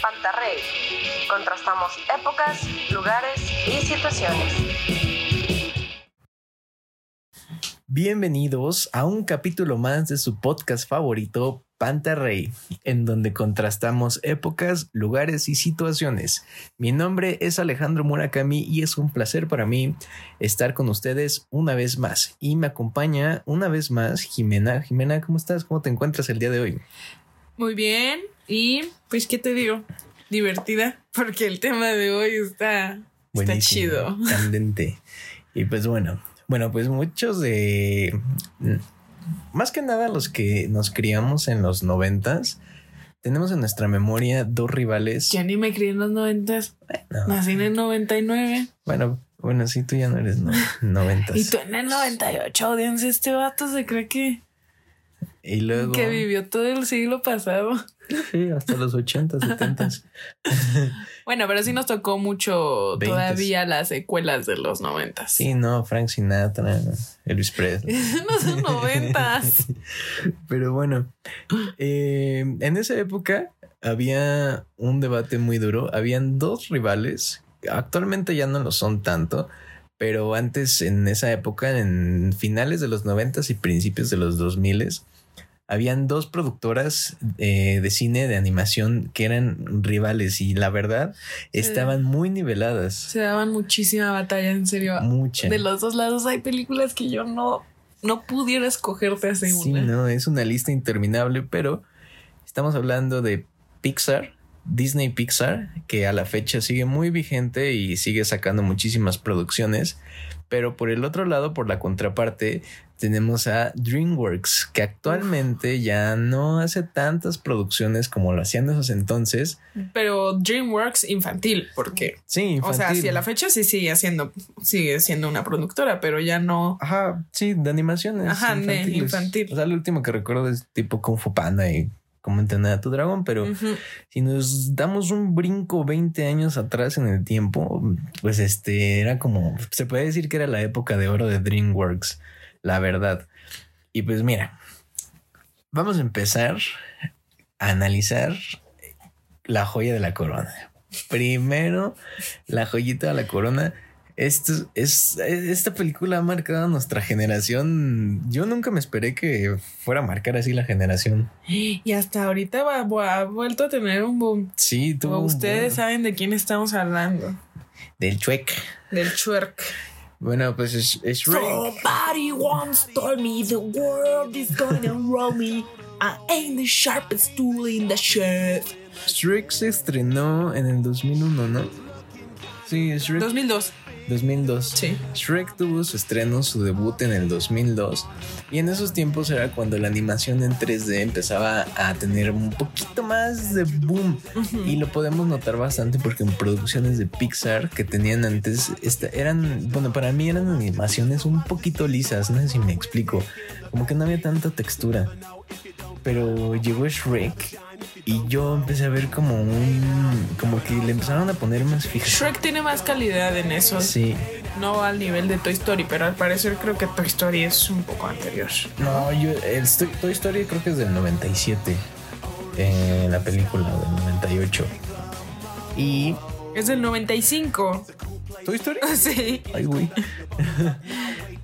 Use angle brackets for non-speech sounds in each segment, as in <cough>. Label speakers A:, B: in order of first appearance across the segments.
A: Santa Rey. Contrastamos épocas, lugares y situaciones.
B: Bienvenidos a un capítulo más de su podcast favorito, Pantarrey, en donde contrastamos épocas, lugares y situaciones. Mi nombre es Alejandro Murakami y es un placer para mí estar con ustedes una vez más. Y me acompaña una vez más Jimena. Jimena, ¿cómo estás? ¿Cómo te encuentras el día de hoy?
C: Muy bien. Y pues, ¿qué te digo? Divertida, porque el tema de hoy está, está chido.
B: Candente. Y pues bueno, bueno, pues muchos de. Más que nada los que nos criamos en los noventas. Tenemos en nuestra memoria dos rivales.
C: Yo ni me crié en los noventas.
B: No.
C: Nací en el 99.
B: Bueno, bueno, sí, tú ya no eres
C: <laughs>
B: no- noventas.
C: Y tú en el 98, audiencia, este vato se cree que,
B: Y luego.
C: que vivió todo el siglo pasado.
B: Sí, hasta los ochentas,
C: <laughs>
B: setentas.
C: Bueno, pero sí nos tocó mucho
B: Veintes.
C: todavía las secuelas de los noventas.
B: Sí, no, Frank Sinatra, Elvis Presley.
C: <laughs> no son noventas.
B: <laughs> Pero bueno, eh, en esa época había un debate muy duro. Habían dos rivales. Actualmente ya no lo son tanto, pero antes en esa época, en finales de los noventas y principios de los 2000 habían dos productoras eh, de cine de animación que eran rivales y la verdad estaban muy niveladas.
C: Se daban muchísima batalla, en serio.
B: Mucha.
C: De los dos lados hay películas que yo no, no pudiera escogerte así
B: Sí,
C: una.
B: no, es una lista interminable, pero estamos hablando de Pixar, Disney Pixar, que a la fecha sigue muy vigente y sigue sacando muchísimas producciones. Pero por el otro lado, por la contraparte, tenemos a DreamWorks, que actualmente ya no hace tantas producciones como lo hacían en esos entonces.
C: Pero DreamWorks infantil, porque,
B: Sí,
C: o sea,
B: infantil.
C: si a la fecha sí sigue haciendo, sigue siendo una productora, pero ya no.
B: Ajá, sí, de animaciones.
C: Ajá, de
B: infantiles.
C: infantil.
B: O sea, lo último que recuerdo es tipo Kung Fu Panda y cómo entrenar a tu dragón, pero
C: Ujú.
B: si nos damos un brinco 20 años atrás en el tiempo, pues este era como, se puede decir que era la época de oro de DreamWorks, la verdad. Y pues mira, vamos a empezar a analizar la joya de la corona. Primero, la joyita de la corona. Esto es, es- esta película ha marcado nuestra generación. Yo nunca me esperé que fuera a marcar así la generación.
C: Y hasta ahorita va- va- ha vuelto a tener un boom.
B: Sí, tuvo un
C: Ustedes
B: boom.
C: saben de quién estamos hablando.
B: del chuec.
C: Del Chuerk.
B: Bueno, pues es, es Shrek.
C: Somebody once told me the world is gonna roll me. I ain't the sharpest tool in the shed.
B: Shrek se estrenó en el 2001, ¿no? Sí, Shrek
C: 2002.
B: 2002.
C: Sí.
B: Shrek tuvo su estreno, su debut en el 2002 y en esos tiempos era cuando la animación en 3D empezaba a tener un poquito más de boom y lo podemos notar bastante porque en producciones de Pixar que tenían antes esta- eran, bueno, para mí eran animaciones un poquito lisas, no sé si me explico, como que no había tanta textura. Pero llegó Shrek y yo empecé a ver como un como que le empezaron a poner más fijas.
C: Shrek tiene más calidad en eso.
B: Sí,
C: No al nivel de Toy Story, pero al parecer creo que Toy Story es un poco anterior.
B: No, yo, el Sto- Toy Story creo que es del 97. eh, la película del 98. Y.
C: Es del 95.
B: ¿Toy Story?
C: <laughs> Sí.
B: Ay,
C: <laughs>
B: güey.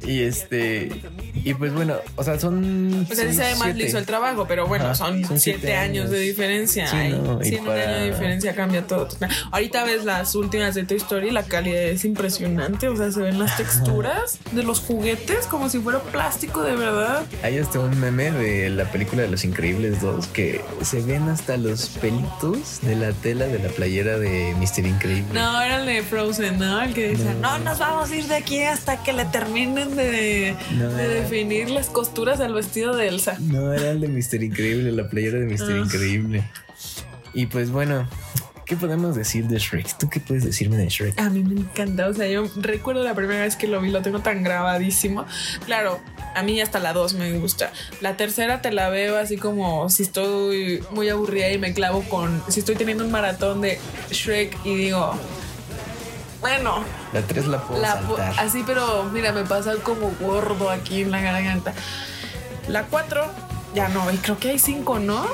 B: y este. Y pues bueno, o sea, son.
C: O sea,
B: son
C: sí sabe más
B: siete.
C: lizo el trabajo, pero bueno,
B: Ajá,
C: son,
B: son
C: siete,
B: siete
C: años.
B: años.
C: de diferencia.
B: Sí,
C: Ay,
B: no, y
C: sí, en un
B: para-
C: año de diferencia cambia todo. Ahorita ves las últimas de Toy Story, la calidad es impresionante. O sea, se ven las texturas de los juguetes como si fuera plástico de verdad.
B: Hay hasta un meme de la película de Los Increíbles 2 que se ven hasta los pelitos de la tela de la playera de Mr. Increíble.
C: No, era el de Frozen, ¿no? El que decía,
B: No.
C: no, nos vamos a ir de aquí hasta que le terminen de,
B: No,
C: de definir las costuras al vestido de Elsa.
B: No, era el de Mister Increíble, la playera de Mister
C: Ah.
B: Increíble. Y pues bueno, ¿qué podemos decir de Shrek? ¿Tú qué puedes decirme de Shrek?
C: A mí me encanta, o sea, yo recuerdo la primera vez que lo vi, lo tengo tan grabadísimo. Claro, a mí hasta la dos me gusta. La tercera te la veo así como si estoy muy aburrida y me clavo con, si estoy teniendo un maratón de Shrek y digo, bueno,
B: La 3 la puedo
C: la po-
B: saltar.
C: así, pero mira, me pasa como gordo aquí en la garganta. La cuatro, ya no, y creo que hay cinco, ¿no?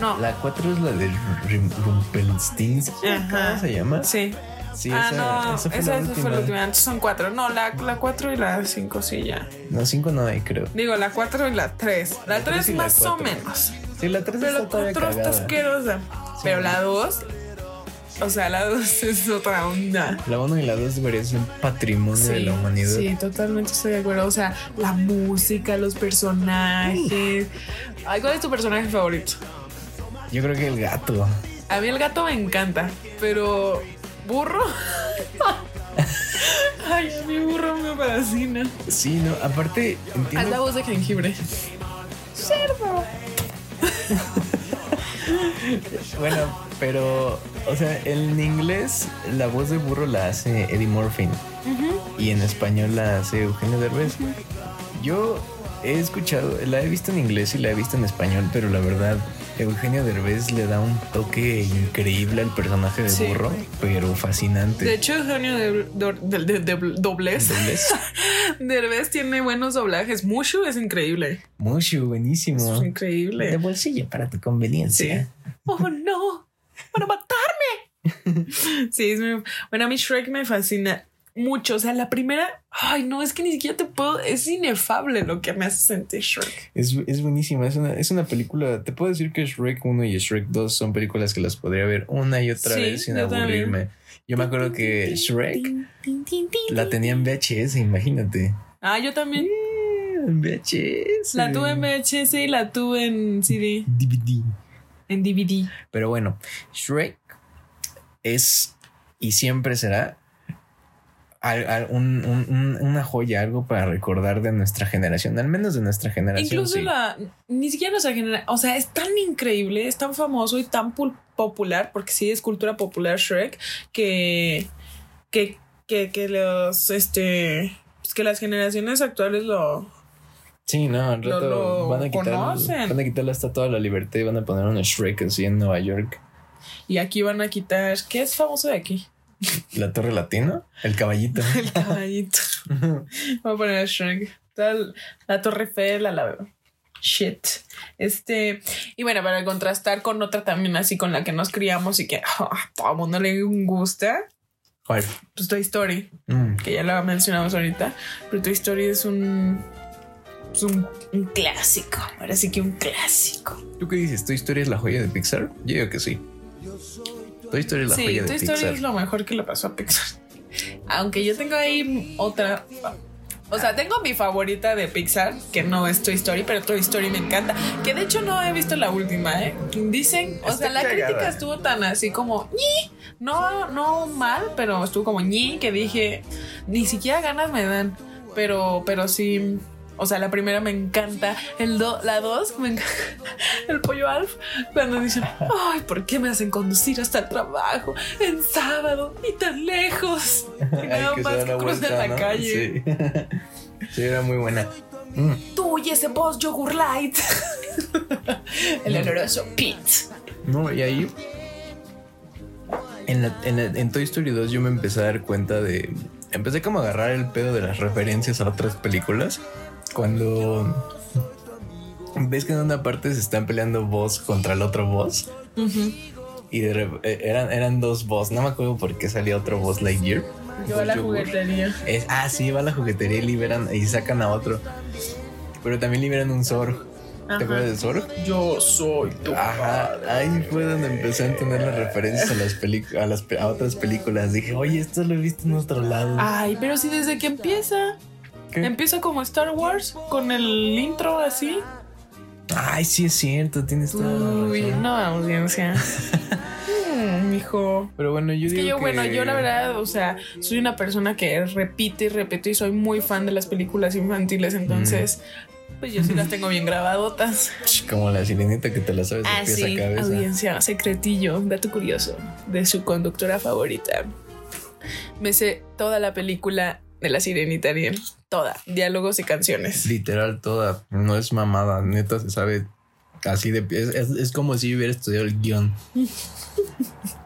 C: No.
B: La 4 es la de Rim- Rumpelstiltskin.
C: Ajá.
B: ¿Cómo se llama?
C: Sí.
B: Sí,
C: ah, no,
B: esa
C: esa,
B: fue
C: esa
B: la
C: fue la última. Entonces son cuatro. No, la, la cuatro y la cinco, sí, ya.
B: No, 5 no hay, creo.
C: Digo, la cuatro y la tres. La,
B: La
C: tres,
B: tres y la
C: más o
B: cuatro.
C: menos.
B: Sí, la 3
C: Pero
B: está
C: la
B: todavía
C: cuatro está
B: cagada.
C: asquerosa. Pero la dos, o sea, la dos es otra onda.
B: La 1 y la 2 deberían ser patrimonio de la humanidad.
C: sí, totalmente estoy de acuerdo. O sea, la música, los personajes. Ay, ¿Cuál es tu personaje favorito?
B: Yo creo que el gato.
C: A mí el gato me encanta, pero burro. <laughs> Ay, a mí burro me fascina.
B: Sí, no, aparte
C: Haz la
B: entiendo,
C: voz de jengibre.
B: bueno, pero o sea, en inglés la voz de burro la hace Eddie Murphy y en español la hace Eugenio Derbez. Yo he escuchado, la he visto en inglés y la he visto en español, pero la verdad Eugenio Derbez le da un toque increíble al personaje de
C: Sí.
B: burro, pero fascinante.
C: De hecho, Eugenio de, de- de- de- Doblez.
B: Derbez,
C: Derbez tiene buenos doblajes. Mushu es increíble.
B: Mushu,
C: Es
B: buenísimo. De
C: increíble.
B: bolsillo para tu conveniencia.
C: Sí. <laughs> Oh no, van a matarme. <laughs> sí, es muy... bueno, a mí Shrek me fascina mucho. O sea, la primera, ay, no, es que ni siquiera te puedo. Es inefable lo que me hace sentir Shrek.
B: Es, es buenísima, es una, es una película. Te puedo decir que Shrek 1 y Shrek 2 son películas que las podría ver una y otra
C: Sí,
B: vez sin
C: yo también.
B: aburrirme. Yo me acuerdo que Shrek la tenía en VHS, imagínate.
C: Ah, yo también.
B: En VHS.
C: La tuve en VHS y la tuve en CD,
B: DVD.
C: en DVD.
B: Pero bueno, Shrek es y siempre será al- al- un- un- un- una joya, algo para recordar de nuestra generación, al menos de nuestra generación.
C: Incluso
B: sí.
C: la, ni siquiera nuestra generación, o sea, es tan increíble, es tan famoso y tan pul- popular, porque sí es cultura popular Shrek, que, que, que, que los, este, pues que las generaciones actuales lo...
B: Sí, no, al
C: Lo-
B: rato
C: lo
B: van a quitar.
C: conocen.
B: Van a quitar la estatua de la libertad y van a poner un Shrek así en Nueva York.
C: Y aquí van a quitar, ¿qué es famoso de aquí?
B: La Torre Latina, el
C: <laughs>
B: caballito.
C: El caballito. Voy a poner a Shrek. Tal, la Torre Eiffel, a la Shit. Este, y bueno, para contrastar con otra también así con la que nos criamos y que <laughs> a todo el mundo le gusta,
B: ¿Cuál?
C: pues Toy Story,
B: Mm,
C: que ya la mencionamos ahorita, pero Toy Story es un es un, un clásico, ahora sí que un clásico.
B: ¿Tú qué dices? ¿Toy Story es la joya de Pixar? Yo digo que sí. Toy Story es la
C: Sí,
B: joya de
C: Toy
B: Pixar.
C: Story es lo mejor que le pasó a Pixar. <laughs> Aunque yo tengo ahí otra. O sea, tengo mi favorita de Pixar, que no es Toy Story, pero Toy Story me encanta. Que de hecho no he visto la última, ¿eh? Dicen, o
B: Está
C: sea, la
B: cagada.
C: crítica estuvo tan así como ñi. No, no mal, pero estuvo como ñi, que dije, ni siquiera ganas me dan. Pero, pero sí. O sea, la primera me encanta. El do- la dos, me encanta. <laughs> El pollo Alf, cuando dicen, ay, ¿por qué me hacen conducir hasta el trabajo en sábado y
B: <laughs>
C: tan lejos? Y
B: Ay,
C: nada
B: que se
C: más
B: da
C: que
B: la
C: cruzan
B: vuelta,
C: la
B: ¿no?
C: calle.
B: Sí. <laughs> Sí, era muy buena. Mm,
C: Tú y ese boss
B: <laughs>
C: Yogur Light. el oloroso Pete.
B: No, y ahí. En, la- en la- en Toy Story 2 yo me empecé a dar cuenta de. Empecé como a agarrar el pedo de las referencias a otras películas. Cuando. ¿Ves que en una parte se están peleando boss contra el otro boss? Y de rep- eh, eran, eran dos boss. No me acuerdo por qué salía otro boss Lightyear.
C: Yo a la
B: Yogur.
C: juguetería.
B: Es, ah, sí, va a la juguetería y liberan y sacan a otro. Pero también liberan un Zorg. ¿Te acuerdas del Zorg?
C: Yo soy tu
B: Ajá, ahí fue donde empecé a entender las referencias a las pelic- a las pe- a otras películas. Dije, oye, esto lo he visto en otro lado.
C: Ay, pero si desde que empieza.
B: ¿Qué?
C: Empieza como Star Wars con el intro así.
B: Ay, sí es cierto, tienes toda la
C: Uy,
B: razón.
C: no, <laughs> audiencia. Mm, Mijo.
B: Pero bueno, yo
C: Es
B: digo
C: que yo, bueno,
B: que-
C: yo la verdad, o sea, soy una persona que repite y repito y soy muy fan de las películas infantiles, entonces, pues yo sí las tengo bien grabadotas.
B: Ch, Como la sirenita que te la sabes de pies
C: Así,
B: a cabeza.
C: audiencia, secretillo, dato curioso, de su conductora favorita. Me sé toda la película de la sirenita Ariel, toda, diálogos y canciones.
B: Literal toda, no es mamada, neta se sabe así de pies. Es, es como si yo hubiera estudiado el
C: <laughs>
B: guión.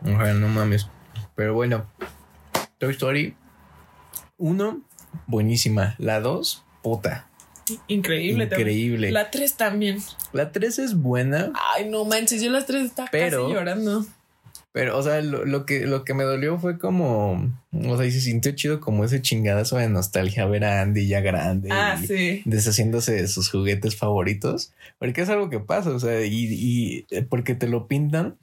B: Ojalá, no mames. Pero bueno, Toy Story 1, buenísima. La 2, puta.
C: increíble. también.
B: Increíble.
C: La 3 también.
B: La 3 es buena,
C: Ay, no manches, yo las 3 estaba
B: Pero-
C: casi llorando.
B: pero, o sea, lo, lo que, lo que me dolió fue como, o sea, y se sintió chido como ese chingadazo de nostalgia ver a Andy ya grande.
C: Ah,
B: y
C: sí.
B: Deshaciéndose de sus juguetes favoritos, porque es algo que pasa, o sea, y, y eh, porque te lo pintan,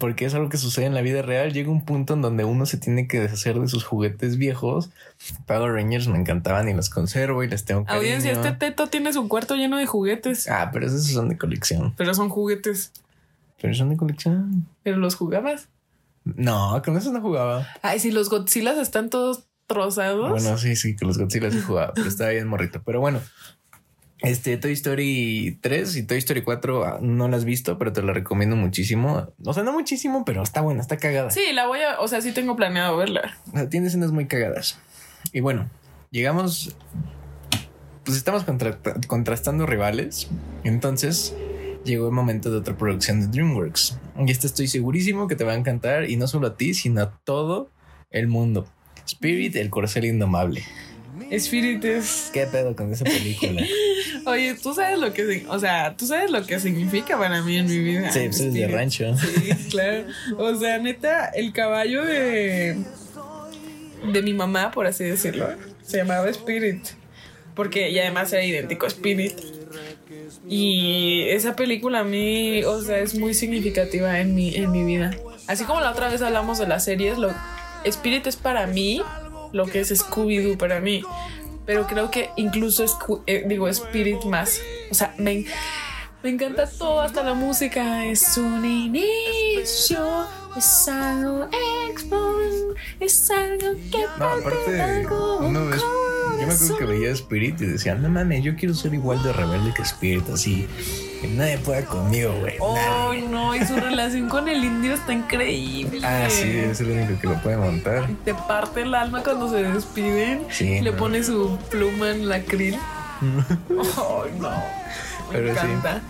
B: porque es algo que sucede en la vida real. Llega un punto en donde uno se tiene que deshacer de sus juguetes viejos. Power Rangers me encantaban y los conservo y les tengo cariño.
C: Audiencia, este teto tiene su cuarto lleno de juguetes.
B: Ah, pero esos son de colección.
C: Pero son juguetes.
B: ¿Pero son de colección?
C: Pero los jugabas.
B: No, con esos no jugaba.
C: Ay, si los Godzillas están todos trozados.
B: Bueno, sí, sí, que los Godzilla sí jugaba, pero estaba bien morrito. Pero bueno, este Toy Story 3 y Toy Story 4 ah, no las has visto, pero te la recomiendo muchísimo. O sea, no muchísimo, pero está buena, está cagada.
C: Sí, la voy a. O sea, sí tengo planeado verla.
B: O sea, tiene escenas muy cagadas. Y bueno, llegamos. Pues estamos contra- contrastando rivales. Entonces llegó el momento de otra producción de DreamWorks. Y esta estoy segurísimo que te va a encantar. Y no solo a ti, sino a todo el mundo. Spirit, el corcel indomable.
C: Espíritus.
B: ¿Qué pedo con esa <laughs> película?
C: Oye, tú sabes lo que. sig- O sea, tú sabes lo que significa para mí en mi vida.
B: Sí, pues eres de
C: Espíritus.
B: rancho.
C: Sí, claro. O sea, neta, el caballo de. de mi mamá, por así decirlo, se llamaba Spirit. Porque y además era idéntico a Spirit. Y esa película a mí, o sea, es muy significativa en mi, en mi vida. Así como la otra vez hablamos de las series, lo, Spirit es para mí lo que es Scooby-Doo para mí. Pero creo que incluso, Scu- eh, digo, Spirit más. O sea, me, en- me encanta todo, hasta la música. Es un inicio, es algo expo- es algo que
B: No, aparte,
C: palpita con
B: una vez, yo me acuerdo que
C: corazón.
B: veía Spirit y decía, no mames, yo quiero ser igual de rebelde que Spirit, así. Que nadie pueda conmigo, güey.
C: Oh,
B: nadie".
C: no, y su relación con el indio está increíble.
B: Ah, sí, es el único que lo puede montar.
C: Te parte el alma cuando se despiden.
B: Sí,
C: y le
B: no.
C: pone su pluma en la krill.
B: <laughs>
C: Oh, no. Me
B: Pero sí.
C: encanta.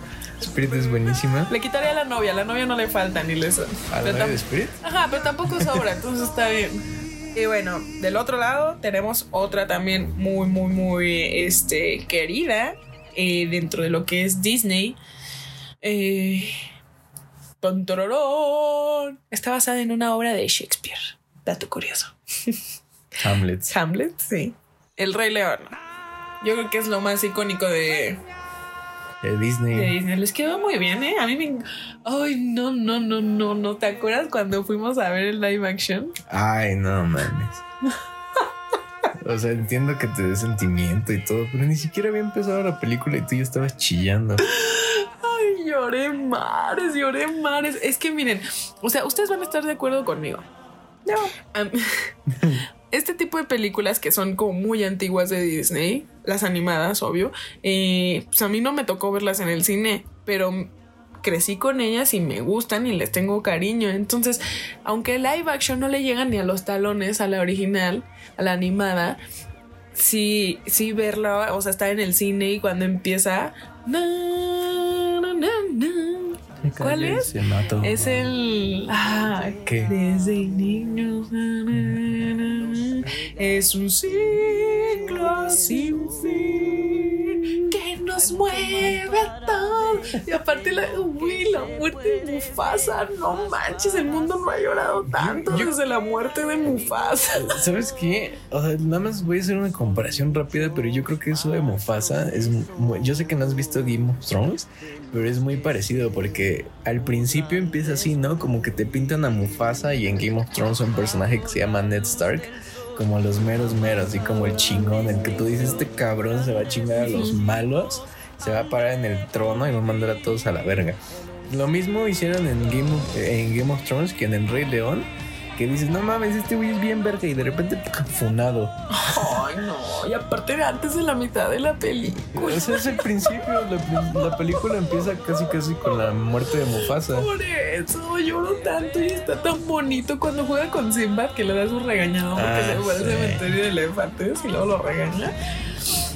B: Spirit es buenísima.
C: Le quitaría a la novia. A la novia no le falta ni les.
B: ¿A la
C: pero
B: novia de
C: tam-
B: Spirit?
C: Ajá, pero tampoco sobra, entonces está bien. Y bueno, del otro lado tenemos otra también muy, muy, muy este, querida eh, dentro de lo que es Disney. Eh, ton, tororón. Está basada en una obra de Shakespeare. Dato curioso.
B: Hamlet.
C: Hamlet, sí. El Rey León. Yo creo que es lo más icónico de,
B: De
C: de
B: Disney.
C: Disney. Les quedó muy bien, ¿eh? A mí me... Ay, no, no, no, no, no. ¿Te acuerdas cuando fuimos a ver el live action?
B: Ay, no
C: <laughs>
B: mames. O sea, entiendo que te dé sentimiento y todo, pero ni siquiera había empezado la película y tú ya estabas chillando.
C: Ay, lloré mares, lloré mares. Es que miren, o sea, ustedes van a estar de acuerdo conmigo. No. <laughs> este tipo de películas que son como muy antiguas de Disney, las animadas, obvio, eh, pues a mí no me tocó verlas en el cine, pero crecí con ellas y me gustan y les tengo cariño. Entonces, aunque el live action no le llega ni a los talones a la original, a la animada, sí, sí verla, o sea, estar en el cine y cuando empieza... na, na, na, na, ¿Cuál es?
B: Se mató.
C: es el. Ah,
B: ¿Qué?
C: Desde niños. na, na, na, na. Es un ciclo sin fin que nos mueve a todos. Y aparte, la, uy, la muerte de Mufasa. No manches, el mundo no ha llorado tanto desde la muerte de Mufasa.
B: ¿Sabes qué? O sea, nada más voy a hacer una comparación rápida, pero yo creo que eso de Mufasa es muy- yo sé que no has visto Game of Thrones, pero es muy parecido porque al principio empieza así, ¿no? Como que te pintan a Mufasa y en Game of Thrones un personaje que se llama Ned Stark como los meros meros y como el chingón, el que tú dices este cabrón se va a chingar a los malos, se va a parar en el trono y va a mandar a todos a la verga. Lo mismo hicieron en Game of, en Game of Thrones que en El Rey León. Que dices, no mames, este güey es bien verga y de repente <laughs> ¡pum! funado.
C: Ay, no. Y aparte, era antes de la mitad de la película.
B: Ese es el principio. La, la película empieza casi casi con la muerte de Mufasa.
C: Por eso lloro tanto y está tan bonito cuando juega con Simba que le da su regañado porque
B: Ah,
C: se fue al
B: sí.
C: cementerio de elefantes y luego lo regaña.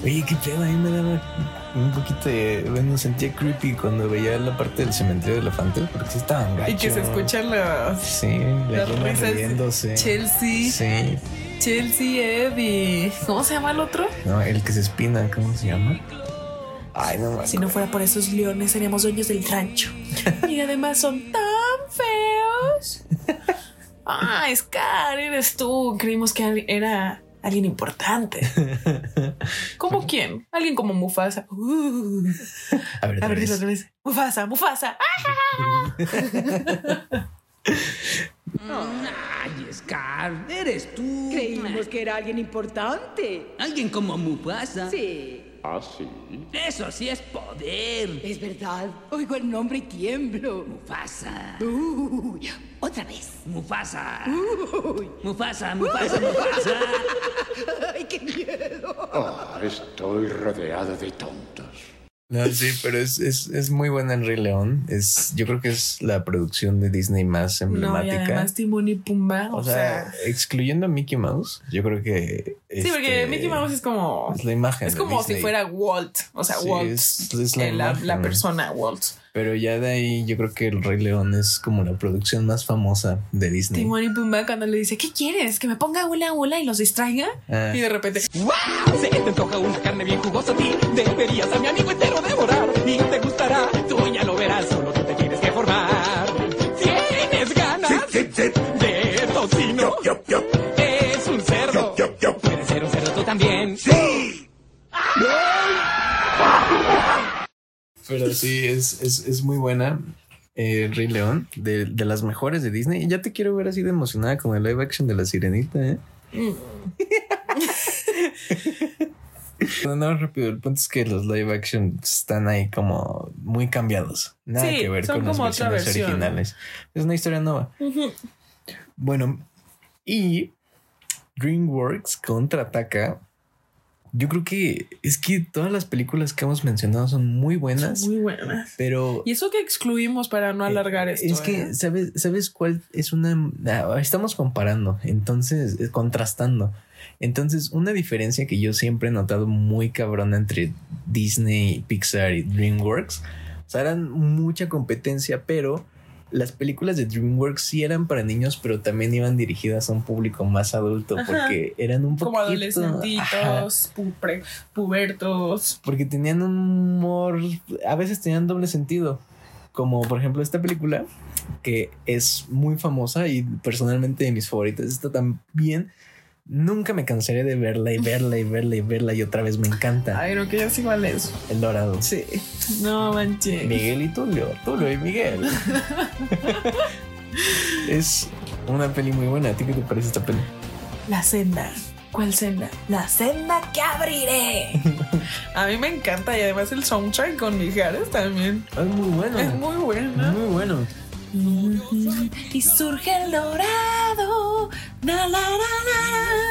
B: Oye, qué pedo, a mí me daba un poquito de. Bueno, sentía creepy cuando veía la parte del cementerio de elefantes porque sí estaban gachos.
C: Y que se escuchan las
B: Sí, la
C: Las
B: luna
C: risas.
B: riéndose.
C: Chelsea.
B: Sí.
C: Chelsea, Ed y. ¿Cómo se llama el otro?
B: No, el que se espina, ¿cómo se llama? Ay, no más.
C: Si no fuera por esos leones, seríamos dueños del rancho. Y además son tan feos. Ah, Scar, eres tú. Creímos que al- era alguien importante. ¿Cómo quién? Alguien como Mufasa. Uh,
B: A ver,
C: a
B: otra vez.
C: ver, dilo otra vez. Mufasa, Mufasa. Ah,
D: Ay, Scar, eres tú.
E: Creímos que era alguien importante.
D: Alguien como Mufasa.
E: Sí,
D: Eso sí es poder.
E: es verdad. Oigo el nombre y tiemblo.
D: Mufasa.
E: Uy, otra vez.
D: Mufasa.
E: Uy,
D: Mufasa, Mufasa,
F: <laughs>
D: Mufasa.
E: ay, qué miedo.
G: Ah, estoy rodeado de tontos.
B: No, sí, pero es, es, es muy buena en Rey León. Es, yo creo que es la producción de Disney más
C: No, y
B: emblemática.
C: además Timón y Pumba.
B: o sea, excluyendo a Mickey Mouse, yo creo que. este,
C: sí, porque Mickey Mouse es como.
B: Es la imagen.
C: Es
B: de
C: como si
B: Disney.
C: fuera Walt. O sea,
B: Sí,
C: Walt.
B: es- es la
C: eh, la, la
B: imagen.
C: persona Walt.
B: Pero ya de ahí yo creo que El Rey León es como la producción más famosa de Disney.
C: Timón y Pumba cuando le dice, ¿qué quieres? ¿Que me ponga hula hula y los distraiga?
B: Ah.
C: Y de repente,
F: Se te antoja una carne bien jugosa a ti Deberías a mi amigo entero devorar Y te gustará, tú ya lo verás Solo tú te tienes que formar ¿Tienes ganas? De tocino Es un cerdo Puedes ser un cerdo tú también
B: Pero sí, es, es, es muy buena. Eh, Rey León, de, de las mejores de Disney. Ya te quiero ver así de emocionada con el live action de la sirenita, ¿eh?
C: Mm.
B: No, no, rápido. El punto es que los live action están ahí como muy cambiados. Nada
C: Sí,
B: que ver
C: son
B: con las
C: como otra
B: versiones
C: versión.
B: originales. Es una historia nueva. Bueno, y DreamWorks contraataca. Yo creo que es que todas las películas que hemos mencionado son muy buenas,
C: muy buenas.
B: pero
C: Y eso que excluimos para no alargar esto.
B: es que,
C: ¿eh?
B: ¿sabes, ¿sabes cuál es una... ah, Estamos comparando, entonces, eh, contrastando. Entonces, una diferencia que yo siempre he notado muy cabrona entre Disney, Pixar y DreamWorks, o sea, eran mucha competencia, pero las películas de DreamWorks sí eran para niños, pero también iban dirigidas a un público más adulto,
C: Ajá.
B: porque eran un poquito...
C: como
B: ajá,
C: adolescentitos, pu- pre- pubertos.
B: porque tenían un humor, a veces tenían doble sentido, como por ejemplo esta película que es muy famosa y personalmente de mis favoritas, esta también, nunca me cansaré de verla y verla y verla y verla y otra vez me encanta,
C: Ay, no, que ya es igual eso.
B: El Dorado.
C: Sí. No manches.
B: Miguel y Tulio, Tulio y Miguel. <laughs> es una peli muy buena, ¿a ti qué te parece esta peli?
C: La senda. ¿Cuál senda? La senda que abriré. <laughs> A mí me encanta y además el soundtrack con Mijares también.
B: Es muy bueno.
C: Es muy bueno.
B: muy bueno.
C: Y surge el dorado. Na, la, la, la,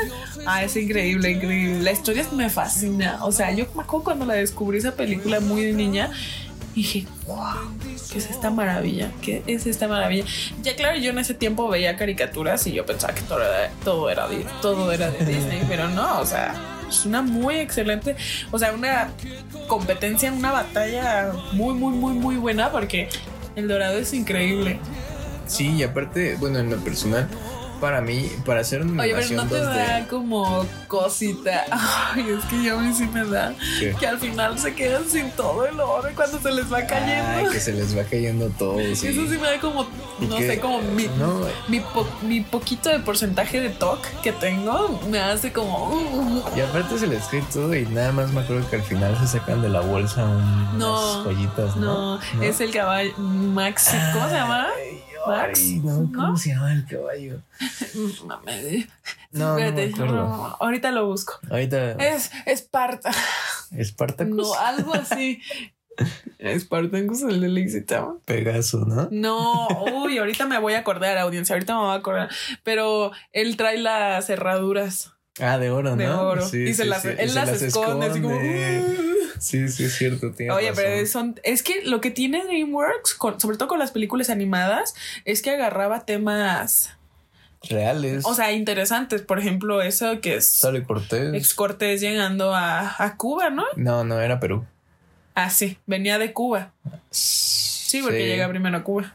C: la. Ah, es increíble, increíble. La historia me fascina. O sea, yo me acuerdo cuando la descubrí esa película muy de niña. Dije, wow, ¿qué es esta maravilla? ¿Qué es esta maravilla? Ya claro, yo en ese tiempo veía caricaturas y yo pensaba que todo era, todo era, de- todo era de Disney, pero no, o sea, es una muy excelente, o sea, una competencia, una batalla muy, muy, muy, muy buena porque El Dorado es increíble.
B: Sí, y aparte, bueno, en lo personal, para mí, para hacer una
C: Oye, pero no
B: animación
C: te
B: 2D,
C: da como cosita. Ay, es que ya a mí sí me da.
B: ¿Qué?
C: Que al final se quedan sin todo el oro y cuando se les va
B: Ay,
C: cayendo.
B: que se les va cayendo todo. sí.
C: <laughs> Eso sí me da como,
B: Y
C: no
B: que-
C: sé, como mi,
B: No,
C: mi, po- mi poquito de porcentaje de TOC que tengo me hace como. uh, uh,
B: y aparte se les cae todo y nada más me acuerdo que al final se sacan de la bolsa un-
C: No,
B: unas joyitas, ¿no?
C: no, es el caballo Max. ¿Cómo se llama?
B: Ay,
C: Max,
B: ay, no, ¿cómo
C: ¿no?
B: se llama el caballo?
C: Mm, mame.
B: No, no me
C: Espérate, no, no,
B: acuerdo.
C: no, ahorita lo busco.
B: Ahorita,
C: Es Esparta. <laughs>
B: Espartacus,
C: No, ah. algo
B: <laughs>
C: así. Espartacus, el de Lixitama.
B: Pegaso, ¿no?
C: No, uy, ahorita me voy a acordar, audiencia, ahorita me voy a acordar. Pero él trae las cerraduras
B: Ah, de oro, ¿no?
C: de oro
B: Sí,
C: y se
B: sí,
C: las,
B: sí,
C: él
B: y se
C: las, esconde, así como. "Uh".
B: Sí, sí, es cierto. tiene
C: Oye, pero
B: razón.
C: son, es que lo que tiene DreamWorks, con- sobre todo con las películas animadas, es que agarraba temas,
B: Reales.
C: o sea, interesantes. Por ejemplo, eso que es
B: Sale Cortés.
C: ex Cortés llegando a, a Cuba, ¿no?
B: No, no, era Perú.
C: Ah, sí, venía de Cuba.
B: Sí,
C: Sí, porque llega primero a Cuba.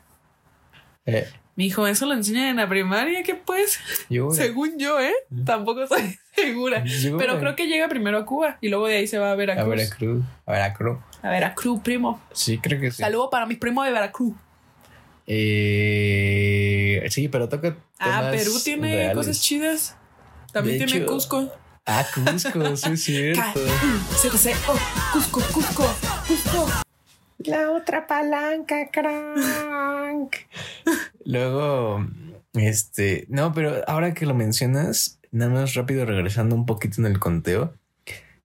B: Eh,
C: Me dijo, eso lo enseñan en la primaria, que pues,
B: Yo,
C: según yo, ¿eh? Tampoco estoy <laughs> segura.
B: Yo-
C: Pero creo que llega primero a Cuba y luego de ahí se va a
B: a
C: Veracruz.
B: Veracruz. A Veracruz.
C: A Veracruz, primo.
B: Sí, creo que sí.
C: Saludo para mis primos de Veracruz.
B: Eh, sí, pero toca.
C: Ah,
B: temas
C: Perú tiene
B: reales.
C: cosas chidas. También
B: De
C: tiene
B: hecho-
C: Cusco.
B: Ah, Cusco, sí, es
C: <laughs> Ca-
B: cierto.
C: mm, CTCO, Cusco, Cusco, Cusco.
B: La otra palanca, crank. <laughs> Luego, este, no, pero ahora que lo mencionas, nada más rápido regresando un poquito en el conteo.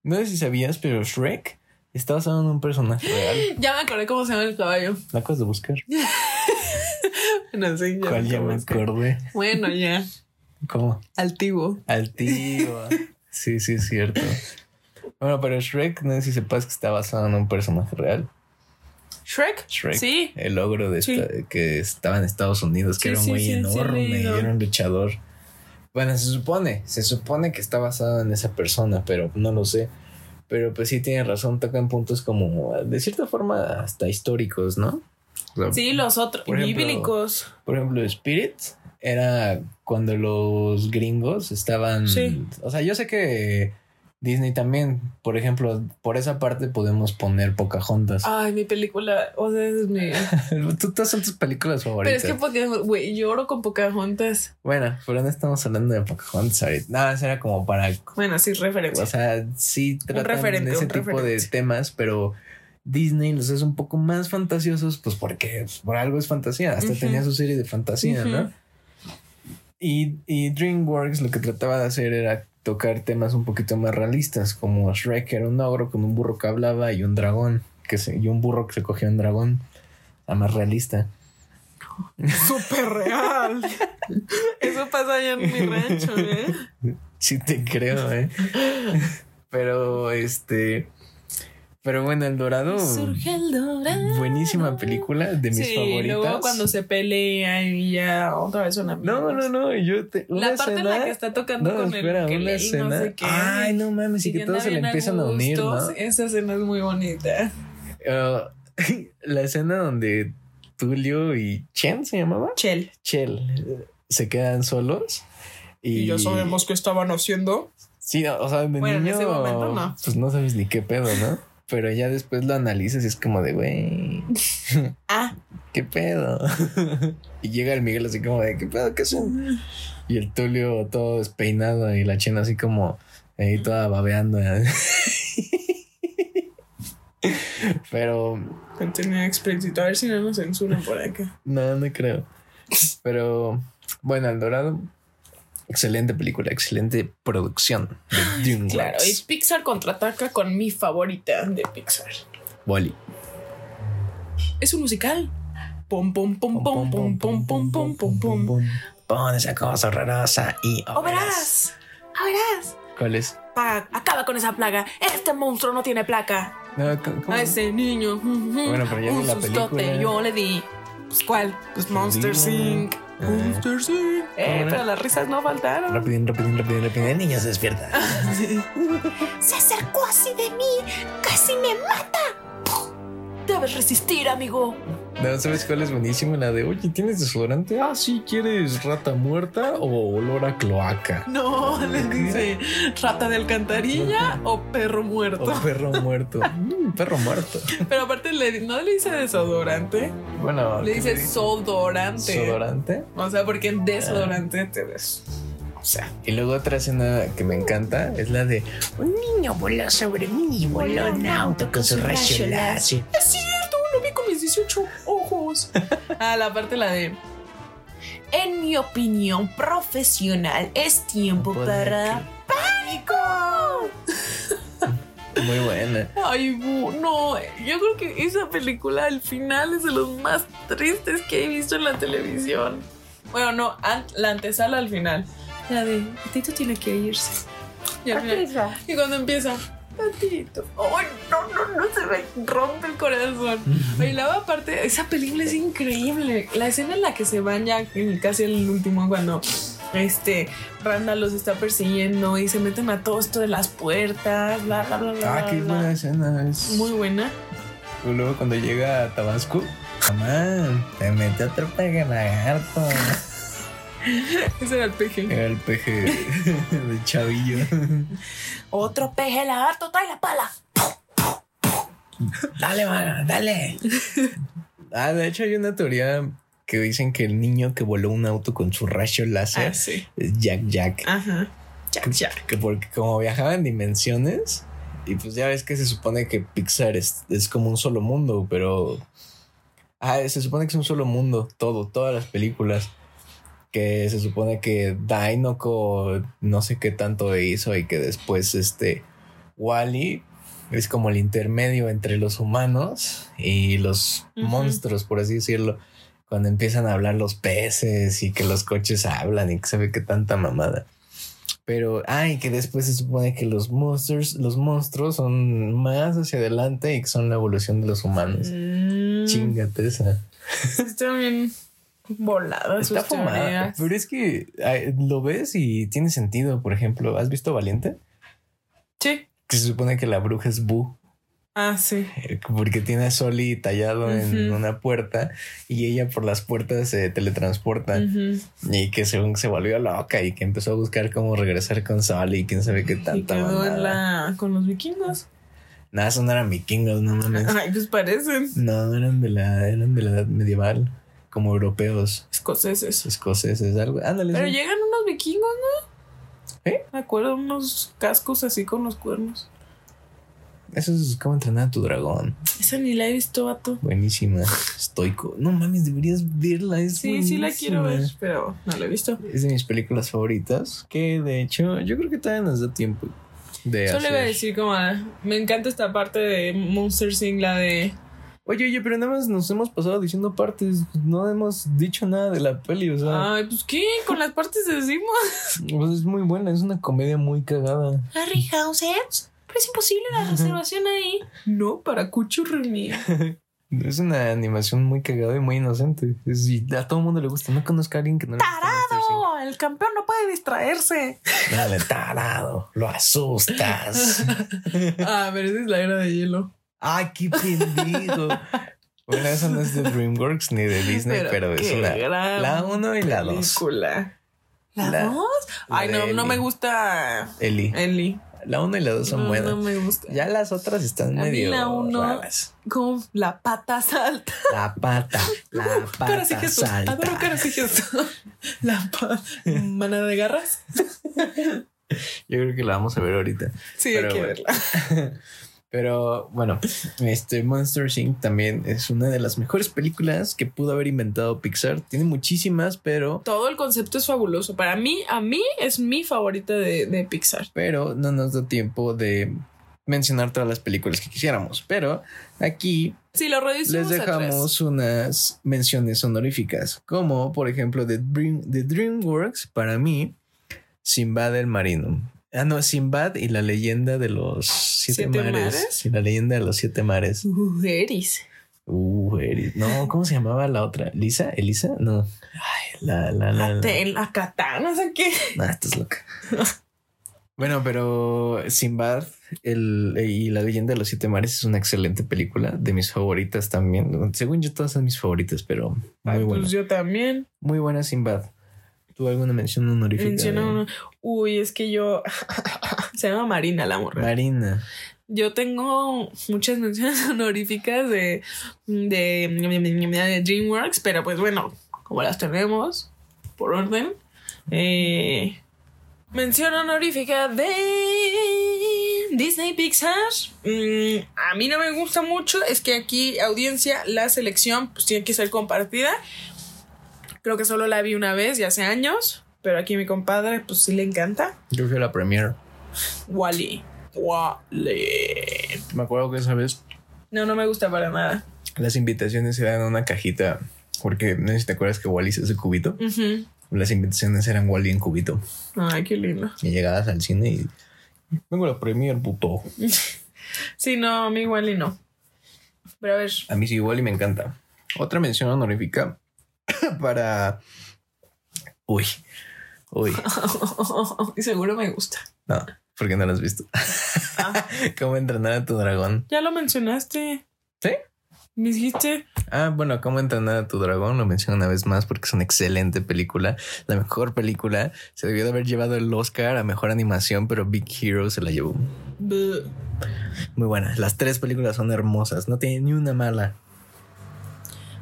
B: No sé si sabías, pero Shrek está basado en un personaje real.
C: Ya me acordé cómo se llama el caballo.
B: La acabas de buscar.
C: Bueno, sí, ya
B: ¿Cuál
C: me
B: ya me
C: acordé.
B: acordé?
C: Bueno, ya.
B: ¿Cómo?
C: Altivo.
B: Al tío. Sí, sí, es cierto. Bueno, pero Shrek, no sé si sepas que está basado en un personaje real.
C: Shrek.
B: Shrek.
C: Sí.
B: El ogro de
C: Sí.
B: esta- que estaba en Estados Unidos, que
C: Sí,
B: era
C: sí,
B: muy
C: sí, sí, he
B: enorme y
C: leído.
B: era un luchador. Bueno, se supone, se supone que está basado en esa persona, pero no lo sé. Pero pues sí tiene razón, tocan puntos como de cierta forma hasta históricos, ¿no? O sea,
C: Sí, los otros.
B: Por ejemplo-
C: Bíblicos.
B: Por ejemplo, Spirit era cuando los gringos estaban...
C: Sí.
B: O sea, yo sé que Disney también, por ejemplo, por esa parte podemos poner Pocahontas.
C: Ay, mi película. O sea, es mi.
B: <laughs> Tú- todas son tus películas
C: Pero
B: favoritas.
C: es que porque, güey, lloro con Pocahontas.
B: Bueno, pero no estamos hablando de Pocahontas ahorita. Nada, eso era como para.
C: Bueno, sí, referencia.
B: O sea, sí tratan
C: referente,
B: ese
C: un
B: tipo
C: referente.
B: de temas, pero Disney los hace un poco más fantasiosos, pues porque por algo es fantasía. Hasta
C: Ujú.
B: tenía su serie de fantasía,
C: Ujú.
B: ¿no? Y, y DreamWorks lo que trataba de hacer era tocar temas un poquito más realistas, como Shrek era un ogro con un burro que hablaba y un dragón, que se- y un burro que se cogía un dragón, la más realista.
C: Súper real. Eso pasa allá en mi
B: <laughs>
C: rancho, ¿eh?
B: Sí te creo,
C: <laughs>
B: ¿eh? Pero este. Pero bueno, El Dorado.
C: Surge el dorado.
B: Oh. Buenísima película, de mis
C: Ah, sí,
B: favoritas.
C: luego cuando se pelean y ya otra vez una.
B: No, no, no, yo te. una
C: La parte en la
B: escena-
C: que está tocando
B: No,
C: con
B: espera,
C: el que
B: una
C: le- y
B: escena.
C: no sé qué.
B: Ay, no mames, y que
C: anda
B: todos se le
C: bien a
B: empiezan a unir, ¿no?
C: gustos. eh. Esa escena es muy bonita.
B: Ah, <laughs> la escena donde Tulio y Chen se llamaba.
C: Chel.
B: Chel eh, se quedan solos. Y,
C: qué estaban haciendo.
B: Sí, o sea, de
C: Bueno, en
B: niño,
C: ese momento, no.
B: pues no sabes ni qué pedo, ¿no? Pero ya después lo analizas y es como de, güey,
C: <laughs> Ah,
B: qué pedo. <laughs> y llega el Miguel así como de, qué pedo, qué son. Y el Tulio todo despeinado y la chena así como ahí toda babeando. ¿eh? <laughs> Pero
C: contenido explícito. A ver si no nos censuran por acá.
B: no, no creo. Pero bueno, El Dorado, excelente película, excelente producción de DreamWorks.
C: Claro, y Pixar contraataca con mi favorita de Pixar.
B: Wall-E.
C: Es un musical. Pom, pom, pom, pom, pom, pom, pom, pom, pom, pom.
B: Pon esa cosa horrorosa y
C: ¡Oh, verás! ¡Oh, verás!
B: ¿Cuál es?
C: Pa- acaba con esa plaga. Este monstruo no tiene placa.
B: No, ¿cómo- cómo?
C: A ese niño. Bueno,
B: pero ya vi
C: un
B: la
C: sustote
B: película.
C: yo le di. Pues, ¿Cuál? Pues Monster
B: digo.
C: Inc.
B: Ah.
C: Monster Inc. Eh,
B: era?
C: pero las risas no <laughs> faltaron.
B: Rapidín, rapidín, rapidín, rapidín. El niño se despierta.
H: Se acercó así de mí, casi me mata. Debes resistir, amigo.
B: <laughs> No, ¿sabes cuál es buenísimo? La de, oye, ¿tienes desodorante? Ah, sí, ¿quieres rata muerta o olor a cloaca?
C: No, le dice rata de alcantarilla o perro
B: O
C: muerto.
B: perro <laughs> muerto. Mm, perro muerto.
C: Pero aparte le- no le dice desodorante,
B: Bueno,
C: le dice sodorante.
B: desodorante.
C: O sea, porque en desodorante te des.
B: O sea, y luego otra escena que me encanta es la de un niño voló sobre mí y voló en auto con su rayo láser.
C: Es cierto, lo vi con mis 18 <laughs> ojos. Ah, la parte la de. En mi opinión profesional, es tiempo
B: Ponle
C: para. ¡Pánico!
B: Muy buena.
C: Ay, bu- no. Yo creo que esa película al final es de los más tristes que he visto en la televisión. Bueno, no, an- la antesala al final. La de Tito tiene que irse. Y, al final- y cuando empieza, Patito. Ay, no, no, no, se me rompe el
B: <laughs>
C: corazón. Y luego aparte, esa película es increíble. La escena en la que se van ya en casi el último cuando este Randa los está persiguiendo y se meten a todo esto de las puertas, bla, bla, bla, bla.
B: Ah, qué
C: bla, bla.
B: buena escena. Es...
C: Muy buena.
B: Luego cuando llega a Tabasco, Mamá, te metió otro peje lagarto.
C: <laughs>
B: <laughs>
C: Ese era el peje.
B: Era el peje de chavillo.
H: Otro peje lagarto trae la pala.
B: <laughs> Dale, mano, dale. Ah, de hecho hay una teoría que dicen que el niño que voló un auto con su rayo láser
C: Ah, sí.
B: es Jack Jack.
C: Ajá.
B: que, <laughs> que porque como viajaba en dimensiones y pues ya ves que se supone que Pixar es, es como un solo mundo, pero ah, se supone que es un solo mundo, todo, todas las películas. Que se supone que Dinoco no sé qué tanto hizo y que después este Wally es como el intermedio entre los humanos y los
C: Ujú.
B: monstruos, por así decirlo. Cuando empiezan a hablar los peces y que los coches hablan y que se ve que tanta mamada. Pero, ay, que después se supone que los monsters, los monstruos son más hacia adelante y que son la evolución de los humanos.
C: Mm,
B: Chingate esa.
C: Están Mm, bien voladas
B: Está
C: sus
B: fumada.
C: teorías.
B: Pero es que ay, lo ves y tiene sentido. Por ejemplo, ¿has visto Valiente?
C: Sí.
B: Que se supone que la bruja es Bu,
C: Ah, sí.
B: eh, porque tiene a Soli tallado en
C: Ujú.
B: una puerta y ella por las puertas se teletransporta.
C: Ujú.
B: Y que según se volvió loca y que empezó a buscar cómo regresar con Soli y quién sabe qué
C: Y
B: tanta
C: quedó en
B: mamada.
C: la, con los vikingos.
B: Nada, eso no eran vikingos, no mames.
C: <laughs> Ay, pues parecen
B: No, eran de la, eran de la edad medieval, como europeos,
C: escoceses.
B: escoceses, algo. Ándale.
C: Pero
B: sí.
C: llegan unos vikingos, ¿no?
B: ¿Eh?
C: Me acuerdo unos cascos así con los cuernos.
B: Eso es como entrenar a tu dragón.
C: Esa ni la he visto, vato.
B: Buenísima. Estoico. No mames, deberías verla. Es
C: Sí, sí la quiero ver,
B: buenísima.
C: pero no la he visto.
B: Es de mis películas favoritas. Que de hecho, yo creo que todavía nos da tiempo de
C: Solo
B: hacer.
C: iba a decir como, ah, me encanta esta parte de Monster Sing, la de...
B: Oye, oye, pero nada más nos hemos pasado diciendo partes. No hemos dicho nada de la peli. O sea,
C: Ay, pues qué, con las partes <laughs> decimos.
B: pues es muy buena. Es una comedia muy cagada.
H: Harry Houses. Pero es imposible la reservación ahí.
C: No, para cuchurrumía.
B: Es una animación muy cagada y muy inocente. Es- y a todo el mundo le gusta. No conozco a alguien que no le guste Monster Inc.
H: No, el campeón no puede distraerse.
B: Dale, tarado, lo asustas.
C: <laughs> Ah, pero esa es la era de hielo.
B: ¡Ay, qué pendejo! Bueno, eso no es de DreamWorks ni de Disney, pero, es
C: qué
B: una.
C: gran
B: La 1 y la 2.
C: película.
B: La-
C: ¿La, dos? Ay,
B: la
C: no,
B: de
C: no
B: Ellie.
C: me gusta
B: Eli.
C: Ellie.
B: La 1 y la 2 son
C: Eh, no,
B: buenas.
C: no me gusta.
B: Ya las otras están
C: A mí
B: medio.
C: la uno-
B: raras.
C: Como la pata salta.
B: La pata.
C: <laughs>
B: La
C: Cara
B: pata.
C: sí Jesús.
B: salta.
C: Adoro cara sí Jesús. <laughs> La pata. Mana de garras.
B: Yo creo que la vamos a ver ahorita.
C: Sí,
B: Pero
C: hay que
B: bueno.
C: verla.
B: <laughs> Pero bueno, este Monster Inc. también es una de las mejores películas que pudo haber inventado Pixar. Tiene muchísimas, pero
C: Todo el concepto es fabuloso. Para mí, a mí es mi favorita de, de Pixar.
B: pero no nos da tiempo de mencionar todas las películas que quisiéramos. Pero aquí
C: Sí, lo reducimos
B: les dejamos unas menciones honoríficas, como por ejemplo de, Dream- de DreamWorks, para mí, Sinbad el Marino. Ah, no, Sinbad y la leyenda de los siete,
C: ¿Siete
B: mares.
C: mares?
B: Y la leyenda de los siete mares.
C: a tres. Uh, Eris.
B: Uh, Eris. No, ¿cómo se llamaba la otra? ¿Lisa? ¿Elisa? No. Ay, la, la, la. la.
C: Ah, Te- La katana, ¿sabes qué?
B: Nah, estás Ah, loca. <laughs> bueno, pero Sinbad el, y la leyenda de los siete mares es una excelente película, de mis favoritas también. Según yo, todas son mis favoritas, pero
C: Ay,
B: muy buena.
C: Pues yo también.
B: Muy buena Sinbad. ¿Tuvo alguna mención honorífica?
C: Menciona
B: de-
C: uno. Uy, es que yo. <laughs> se llama Marina la morra.
B: Marina.
C: yo tengo muchas menciones <laughs> honoríficas de, de, de DreamWorks, pero pues bueno, como las tenemos por orden. eh, mención honorífica de Disney Pixar. Mm, a mí no me gusta mucho, es que aquí audiencia, la selección pues tiene que ser compartida. Creo que solo la vi una vez, ya hace años, pero aquí mi compadre pues sí le encanta.
B: Yo fui a la premiere.
C: Wally. Wally.
B: Me acuerdo que esa vez
C: No, no me gusta para nada.
B: las invitaciones eran una cajita, porque no sé si te acuerdas que Wally se hace cubito.
C: Mm.
B: Las invitaciones eran Wally en cubito.
C: Ay, qué lindo.
B: Y llegabas al cine y. Vengo a la premiere, puto.
C: Sí, no, a mí Wally no. Pero a ver.
B: A mí sí, igual y me encanta. Otra mención honorífica <coughs> para. Uy, uy,
C: Y <laughs> seguro me gusta.
B: no, porque no lo has <laughs> visto. ¿Cómo entrenar a tu dragón?
C: Ya lo mencionaste.
B: ¿Sí?
C: ¿Me dijiste?
B: Ah, bueno, ¿cómo entrenar a tu dragón? Lo menciono una vez más porque es una excelente película. La mejor película. Se debió de haber llevado el Oscar a mejor animación, pero Big Hero se la llevó.
C: Buh.
B: Muy buena. Las tres películas son hermosas. No tiene ni una mala.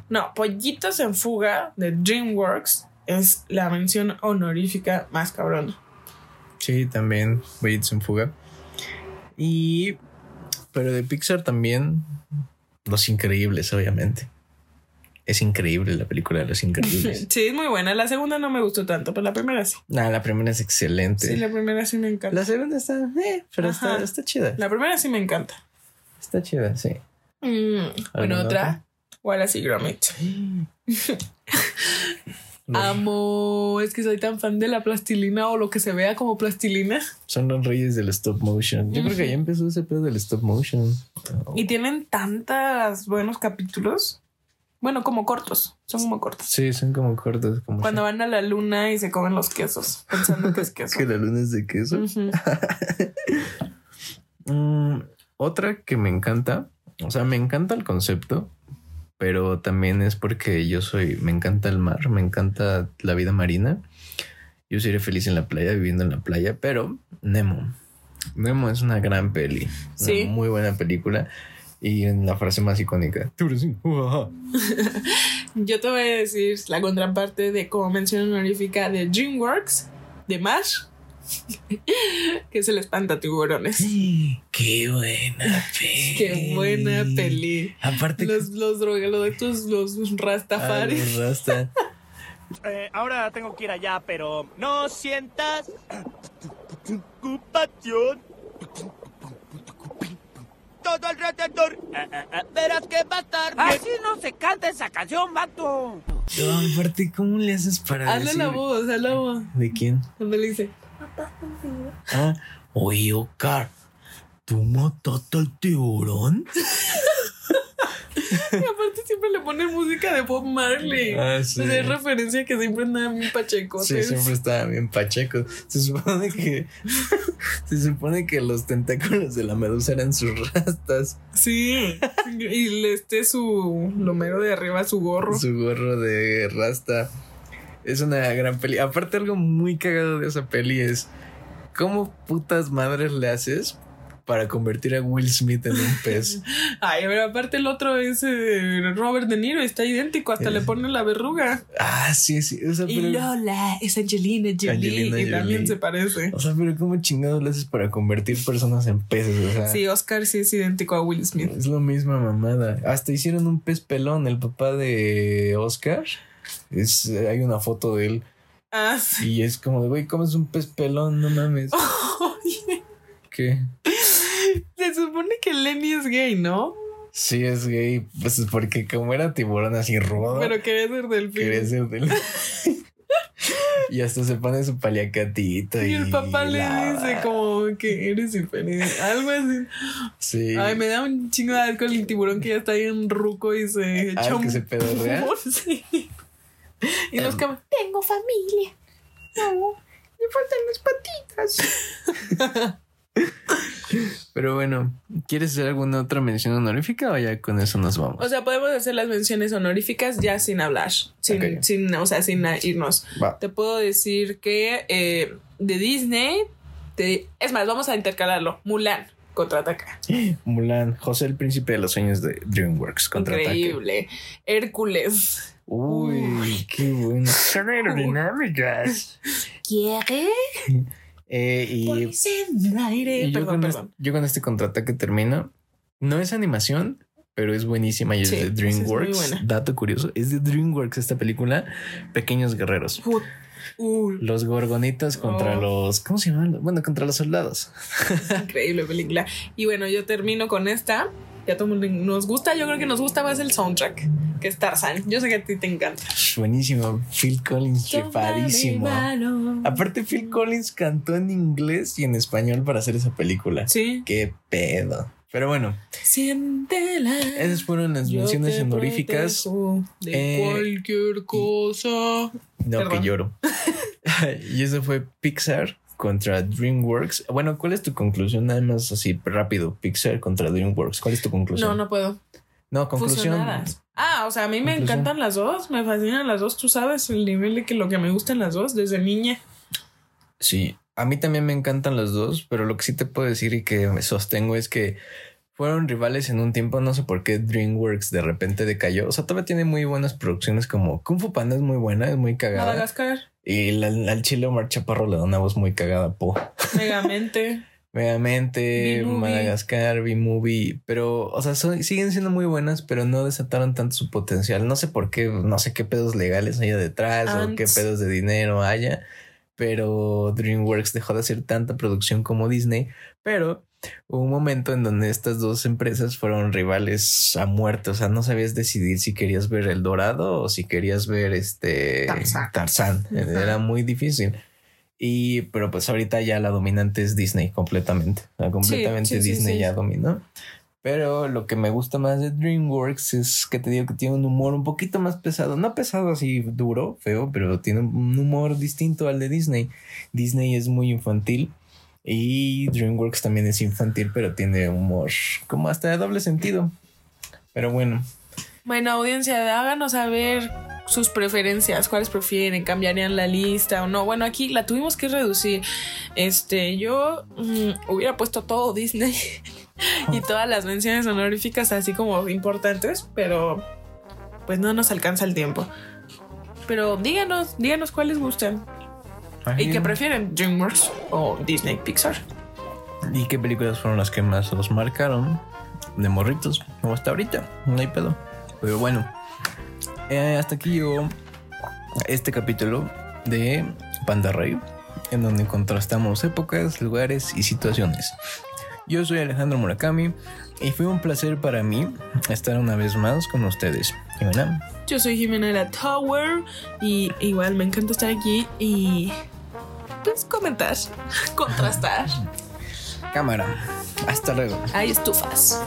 C: No, Pollitos en Fuga de DreamWorks es la mención honorífica más <laughs> cabrona.
B: Sí, también. Boyitos en fuga. Y. Pero de Pixar también. Los Increíbles, obviamente. Es increíble la película de Los
C: <laughs>
B: Increíbles.
C: Sí, es muy buena. La segunda no me gustó tanto, pero la primera sí.
B: nah, la primera es excelente.
C: Sí, la primera sí me encanta.
B: La segunda está, eh, pero está,
C: Ajá.
B: está chida.
C: La primera sí me encanta.
B: Está chida, sí.
C: Mm, bueno,
B: ¿Alguna
C: otra. Wallace y Gromit. <laughs>
B: Los-
C: Amo, es que soy tan fan de la plastilina o lo que se vea como plastilina.
B: Son los reyes del stop motion. Yo creo que ya empezó ese pedo del stop motion.
C: Y tienen tantos buenos capítulos. Bueno, como cortos. Son como cortos.
B: Sí, son como cortos. Como
C: Cuando van a la luna y se comen los quesos,
B: <laughs>
C: pensando que es queso.
B: Que la luna es de queso.
C: Ujú.
B: Mm, otra que me encanta, o sea, me encanta el concepto, pero también es porque yo soy, me encanta el mar, me encanta la vida marina. Yo sería feliz en la playa, viviendo en la playa, pero Nemo. Nemo es una gran peli,
C: Sí.
B: una muy buena película y en la frase más icónica. "Tiburoncín, ujaja".
C: Yo te voy a decir la contraparte de, como mención honorífica, de DreamWorks, de Mash, <laughs> que es el espanta tiburones.
B: Qué buena peli.
C: Qué buena peli.
B: Aparte ah,
C: Los, los drogadictos, los
B: Ay,
C: rastafaris.
B: rasta.
I: Eh, ahora tengo que ir allá, pero no sientas preocupación. Todo el alrededor. eh, eh, eh, Verás que va a estar
F: Ah,
I: bien.
D: Así no se canta esa canción, vato.
B: No, aparte, ¿cómo le haces para
C: Hazle
B: decir-
C: la voz, hazle la voz.
B: ¿De quién?
C: Cuando le dice,
B: Ah, oye, Ocar, ¿tú mataste al tiburón?
C: Y aparte siempre le ponen música de Bob Marley.
B: Ah, sí.
C: O sea, es referencia que siempre andan bien
B: Sí,
C: pachecotes.
B: siempre estaba bien pacheco. Se supone que. <laughs> se supone que los tentáculos de la medusa eran sus rastas,
C: Sí. Y le esté su lomero de arriba, su gorro.
B: su gorro de rasta. Es una gran peli. Aparte, algo muy cagado de esa peli es. ¿Cómo putas madres le haces para convertir a Will Smith en un
C: <laughs>
B: pez?
C: Ay, pero aparte el otro es eh, Robert De Niro, está idéntico, hasta
B: Sí.
C: le pone la verruga.
B: Ah, sí, sí. O sea,
C: Y
B: pero-
C: Lola es Angelina Jolie
B: Angelina
C: y
B: Jolie.
C: también se parece.
B: O sea, pero ¿cómo chingados le haces para convertir personas en peces? O sea,
C: Sí, Oscar sí es idéntico a Will Smith.
B: es la misma mamada. Hasta hicieron un pez pelón, el papá de Oscar. Es, eh, hay una foto de él
C: Ah, sí.
B: y es como de, güey, ¿cómo es un pez pelón? No mames.
C: <laughs> Oye,
B: ¿Qué?
C: se supone que Lenny es gay, ¿no?
B: Sí, es gay. Pues es porque como era tiburón así rudo,
C: Pero quería ser delfín.
B: quería ser del... <laughs> y hasta se pone su paliacatito. Y,
C: Y el papá le
B: la-
C: dice como que eres infeliz, algo así.
B: Sí.
C: Ay, me da un chingo de asco el tiburón que ya está ahí en ruco y se
B: Ah,
C: echa
B: que
C: un
B: se pedorrea.
C: <laughs>
B: Em.
C: Sí. Y los cam-
H: Tengo familia. No, me faltan las patitas.
B: Pero bueno, ¿quieres hacer alguna otra mención honorífica o ya con eso nos vamos?
C: O sea, podemos hacer las menciones honoríficas ya sin hablar, sin,
B: Ok.
C: sin o sea, sin a- irnos.
B: Va.
C: Te puedo decir que eh, de Disney, te- es más, vamos a intercalarlo. Mulan, contraataca.
B: Mulan, José el príncipe de los sueños de DreamWorks contraataque.
C: Increíble. Hércules.
B: Uy, qué bueno. Son aerodinámicas.
H: ¿Quiere?
B: <laughs> Eh, y
H: Ponerse en el aire.
B: y yo,
C: perdón,
B: con
C: perdón.
B: este- yo con este contraataque termino. No es animación, pero es buenísima y es
C: Sí,
B: de
C: esa es
B: DreamWorks.
C: muy buena.
B: Dato curioso, es de DreamWorks esta película, Pequeños Guerreros.
C: Put-
B: <laughs>
C: uh,
B: Los gorgonitas contra
C: Oh.
B: los... ¿Cómo se llaman? Bueno, contra los soldados. <laughs>
C: increíble película. Y bueno, yo termino con esta. Ya todo el mundo nos gusta, yo creo que nos gusta más el soundtrack que es Tarzan. Yo sé que a ti te encanta.
B: Buenísimo. Phil Collins, trepadísimo. Aparte,
C: Mm.
B: Phil Collins cantó en inglés y en español para hacer esa película.
C: Sí.
B: Qué pedo. Pero bueno,
C: Siéntela.
B: esas fueron las
C: Yo
B: menciones
C: te
B: honoríficas.
C: protejo De
B: Eh,
C: cualquier cosa.
B: No,
C: Perdón.
B: que
C: <laughs>
B: lloro. <laughs> y eso fue Pixar contra DreamWorks. Bueno, ¿cuál es tu conclusión? Nada más así rápido. Pixar contra DreamWorks. ¿Cuál es tu conclusión?
C: No, no puedo.
B: No, conclusión.
C: fusionadas. Ah, o sea, a mí me
B: Conclusión.
C: encantan las dos, me fascinan las dos, tú sabes el nivel de que lo que me gustan las dos desde niña.
B: Sí, a mí también me encantan las dos, pero lo que sí te puedo decir y que me sostengo es que fueron rivales en un tiempo, no sé por qué DreamWorks de repente decayó. O sea, todavía tiene muy buenas producciones como Kung Fu Panda es muy buena, es muy cagada.
C: Madagascar,
B: Y la- al chile Omar Chaparro le da una voz muy cagada, po.
C: Megamente.
B: Megamente,
C: B-Movie.
B: Madagascar, B-Movie, pero, o sea, son- siguen siendo muy buenas, pero no desataron tanto su potencial. No sé por qué, no sé qué pedos legales haya detrás o qué
C: Ants.
B: pedos de dinero haya, pero DreamWorks dejó de hacer tanta producción como Disney, pero hubo un momento en donde estas dos empresas fueron rivales a muerte, o sea, no sabías decidir si querías ver El Dorado o si querías ver este
C: Tarzán.
B: Tarzán. Era muy difícil. Y, pero pues ahorita ya la dominante es Disney completamente. O sea, completamente
C: sí, sí,
B: Disney
C: sí.
B: ya dominó. Pero lo que me gusta más de DreamWorks es que te digo que tiene un humor un poquito más pesado. No pesado así duro, feo, pero tiene un humor distinto al de Disney. Disney es muy infantil. Y DreamWorks también es infantil, pero tiene humor como hasta de doble sentido. Pero bueno,
C: Bueno, audiencia, háganos saber sus preferencias, cuáles prefieren, cambiarían la lista o no. Bueno, aquí la tuvimos que reducir. Este, yo mm, hubiera puesto todo Disney <laughs> y todas las menciones honoríficas así como importantes, pero pues no nos alcanza el tiempo. Pero díganos, díganos cuáles gustan y qué prefieren, Em, DreamWorks o Disney Pixar.
B: ¿Y qué películas fueron las que más los marcaron de morritos? Como hasta ahorita, no hay pedo. Pero bueno, eh, hasta aquí llegó este capítulo de Panda Rey, en donde contrastamos épocas, lugares y situaciones. Yo soy Alejandro Murakami y fue un placer para mí estar una vez más con ustedes. Jimena,
C: Yo soy Jimena de la Tower y igual me encanta estar aquí y pues comentar, <laughs> contrastar.
B: cámara. Hasta luego.
C: Hay estufas.